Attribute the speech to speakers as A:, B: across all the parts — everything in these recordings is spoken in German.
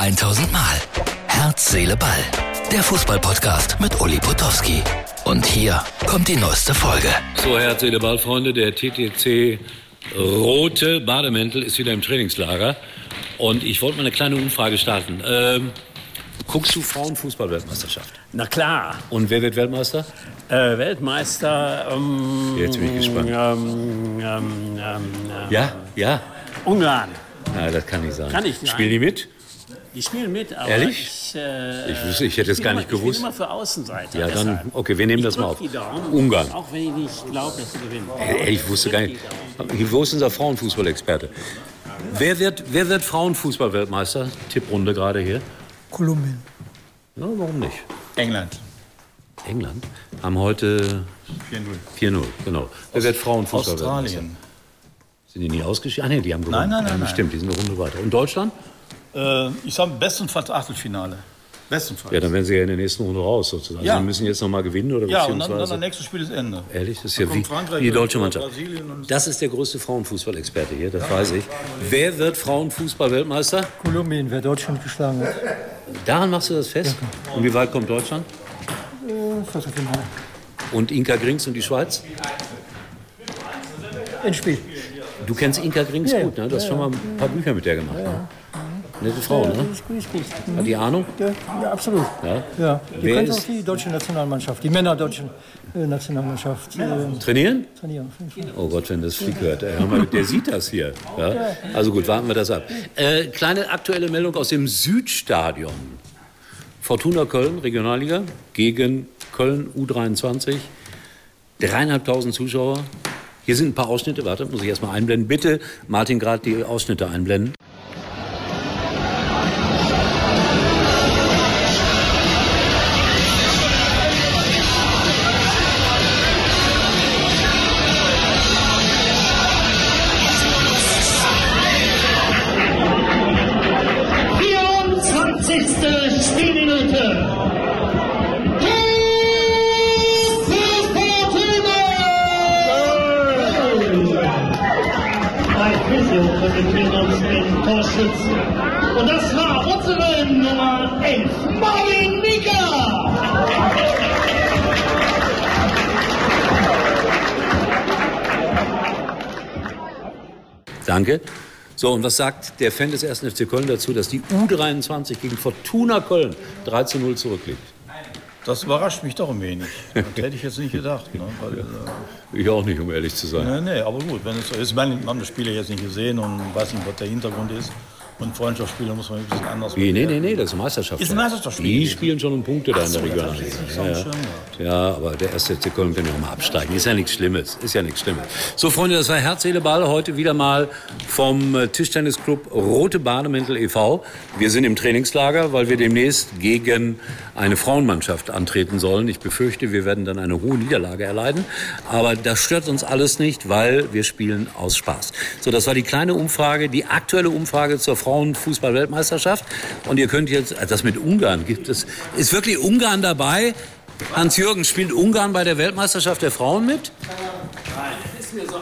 A: 1000 Mal. Herz, Seele, Ball. Der Fußballpodcast mit Uli Potowski. Und hier kommt die neueste Folge.
B: So, Herz, Seele, Ball, Freunde, der TTC Rote Bademäntel ist wieder im Trainingslager. Und ich wollte mal eine kleine Umfrage starten. Ähm, guckst du Frauenfußball-Weltmeisterschaft?
C: Na klar,
B: Und wer wird Weltmeister?
C: äh, Weltmeister. Ähm,
B: Jetzt bin ich gespannt.
C: Ähm, ähm, ähm, äh,
B: Ja, ja.
C: Ungarn.
B: Nein, das kann nicht sein.
C: Kann nicht sein.
B: Spielen die mit?
C: Die spielen mit, aber
B: Ehrlich?
C: ich, äh,
B: Ich wüsste, ich hätte es
C: bin
B: gar
C: immer,
B: nicht
C: Ich
B: gewusst.
C: bin immer für Außenseiter.
B: Ja,
C: deshalb.
B: dann, okay, wir nehmen
C: Ich
B: das mal
C: drück
B: auf.
C: die Daumen,
B: Ungarn.
C: Auch wenn ich nicht glaube, dass sie gewinnen.
B: Ey, Ich wusste gar nicht. Wo ist unser Frauenfußballexperte? Wer wird, wer wird Frauenfußball-Weltmeister? Tipprunde gerade hier.
D: Kolumbien.
B: Ja, warum nicht?
E: England.
B: England haben heute
E: 4-0.
B: 4-0, genau. Wer wird Frauenfußball-Weltmeister?
E: Australien.
B: Sind die nie ausgeschieden? Ah, nee, die haben gewonnen.
E: Nein, nein, nein,
B: Ja,
E: nein.
B: Stimmt, die sind eine Runde weiter. Und Deutschland?
E: Äh, ich sage bestenfalls Achtelfinale. Bestenfalls.
B: Ja, dann werden sie ja in der nächsten Runde raus sozusagen.
E: Ja.
B: Sie müssen jetzt nochmal gewinnen oder
E: Ja, und dann, dann
B: beziehungsweise.
E: das nächste Spiel ist Ende.
B: Ehrlich, das ist ja
E: kommt
B: wie
E: Frankreich
B: die
E: oder
B: deutsche Mannschaft.
E: Brasilien und-
B: Das ist der größte Frauenfußballexperte hier, das weiß ich. Wer wird Frauenfußball-Weltmeister?
D: Kolumbien, wer Deutschland geschlagen hat.
B: Daran machst du das fest. Und wie weit kommt Deutschland?
D: Äh, Viertelfinale.
B: Und Inka Grings und die Schweiz?
D: Endspiel.
B: Du kennst Inka Grings
D: Ja,
B: gut, ne? Du hast
D: ja,
B: schon mal ein paar Bücher mit der gemacht. Ne? Nette Frau,
D: Ja, die
B: ne?
D: ist gut, ist gut.
B: Hat die Ahnung?
D: Ja, ja, absolut.
B: Ja?
D: Ja, die
B: Wer
D: können auch
B: ist
D: die deutsche Nationalmannschaft, die Männerdeutsche äh, Nationalmannschaft äh,
B: trainieren?
D: trainieren. auf jeden Fall.
B: Oh Gott, wenn das Flick hört. Ey, hör mal, der sieht das hier. Ja? Also gut, warten wir das ab. Äh, kleine aktuelle Meldung aus dem Südstadion. Fortuna Köln, Regionalliga, gegen Köln U23. Dreieinhalbtausend Zuschauer. Hier sind ein paar Ausschnitte. Warte, muss ich erst mal einblenden. Bitte, Martin Grad, die Ausschnitte einblenden.
F: Spielminute. Tor für Fortuna! Ein bisschen präsentieren uns den Torschützen. Und das war unsere Nummer 11, Marvin Mika!
B: Danke. So, und was sagt der Fan des 1. FC Köln dazu, dass die U23 gegen Fortuna Köln 3 zu 0 zurückliegt?
E: Das überrascht mich doch ein wenig. Das hätte ich jetzt nicht gedacht. Ne? Weil, äh,
B: Ich auch nicht, um ehrlich zu sein.
E: nee, nee, aber gut, wenn es so ist. Ich meine, wir haben das Spiel ja jetzt nicht gesehen und weiß nicht, was der Hintergrund ist. Und Freundschaftsspiele muss man ein bisschen anders
B: Nee, nee, nee,
E: bewerten.
B: nee, das ist ein Meisterschaftsspiel.
E: Ist ein Meisterschaftsspiel.
B: Die spielen schon um Punkte da in der
E: so, das
B: Regionalliga.
E: hab ich jetzt
B: Ja,
E: nicht
B: ja.
E: so am Schirm
B: ja, aber der erste FC Köln kann ja auch mal absteigen. Ist ja nichts Schlimmes. Ist ja nichts Schlimmes. So, Freunde, das war Herz, Seele, Ball. Heute wieder mal vom äh, Tischtennisclub Rote Bademäntel e.V. Wir sind im Trainingslager, weil wir demnächst gegen eine Frauenmannschaft antreten sollen. Ich befürchte, wir werden dann eine hohe Niederlage erleiden. Aber das stört uns alles nicht, weil wir spielen aus Spaß. So, das war die kleine Umfrage, die aktuelle Umfrage zur Frauenfußball-Weltmeisterschaft. Und ihr könnt jetzt, also das mit Ungarn gibt es, ist wirklich Ungarn dabei? Hans-Jürgen, spielt Ungarn bei der Weltmeisterschaft der Frauen mit?
C: Das ist mir so auch.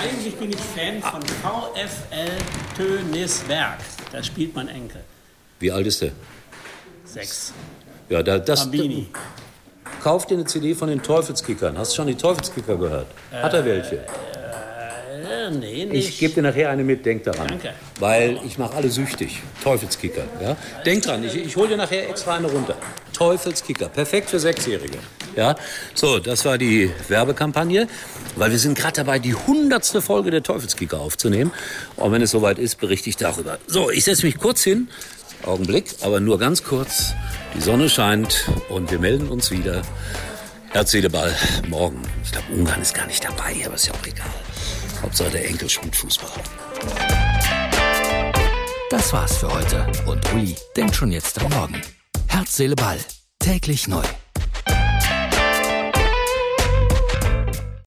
C: Eigentlich bin ich Fan von VfL Tönisberg. Da spielt mein Enkel.
B: Wie alt ist der?
C: Sechs.
B: Ja, da, das.
C: Bambini.
B: Kauf dir eine CD von den Teufelskickern. Hast du schon die Teufelskicker gehört? Hat er welche?
C: Äh, nee, nicht.
B: Ich gebe dir nachher eine mit, denk daran.
C: Danke.
B: Weil ich mache alle süchtig. Teufelskicker. Ja? Denk dran, ich, ich hole dir nachher extra eine runter. Teufelskicker. Perfekt für Sechsjährige. Ja? So, das war die Werbekampagne. Weil wir sind gerade dabei, die hundertste Folge der Teufelskicker aufzunehmen. Und wenn es soweit ist, berichte ich darüber. So, ich setze mich kurz hin. Augenblick, aber nur ganz kurz. Die Sonne scheint und wir melden uns wieder. Herz, Seele, Ball, morgen. Ich glaube, Ungarn ist gar nicht dabei, aber ist ja auch egal. Hauptsache der Enkel spielt Fußball.
A: Das war's für heute. Und Uli denkt schon jetzt am Morgen. Herz, Seele, Ball. Täglich neu.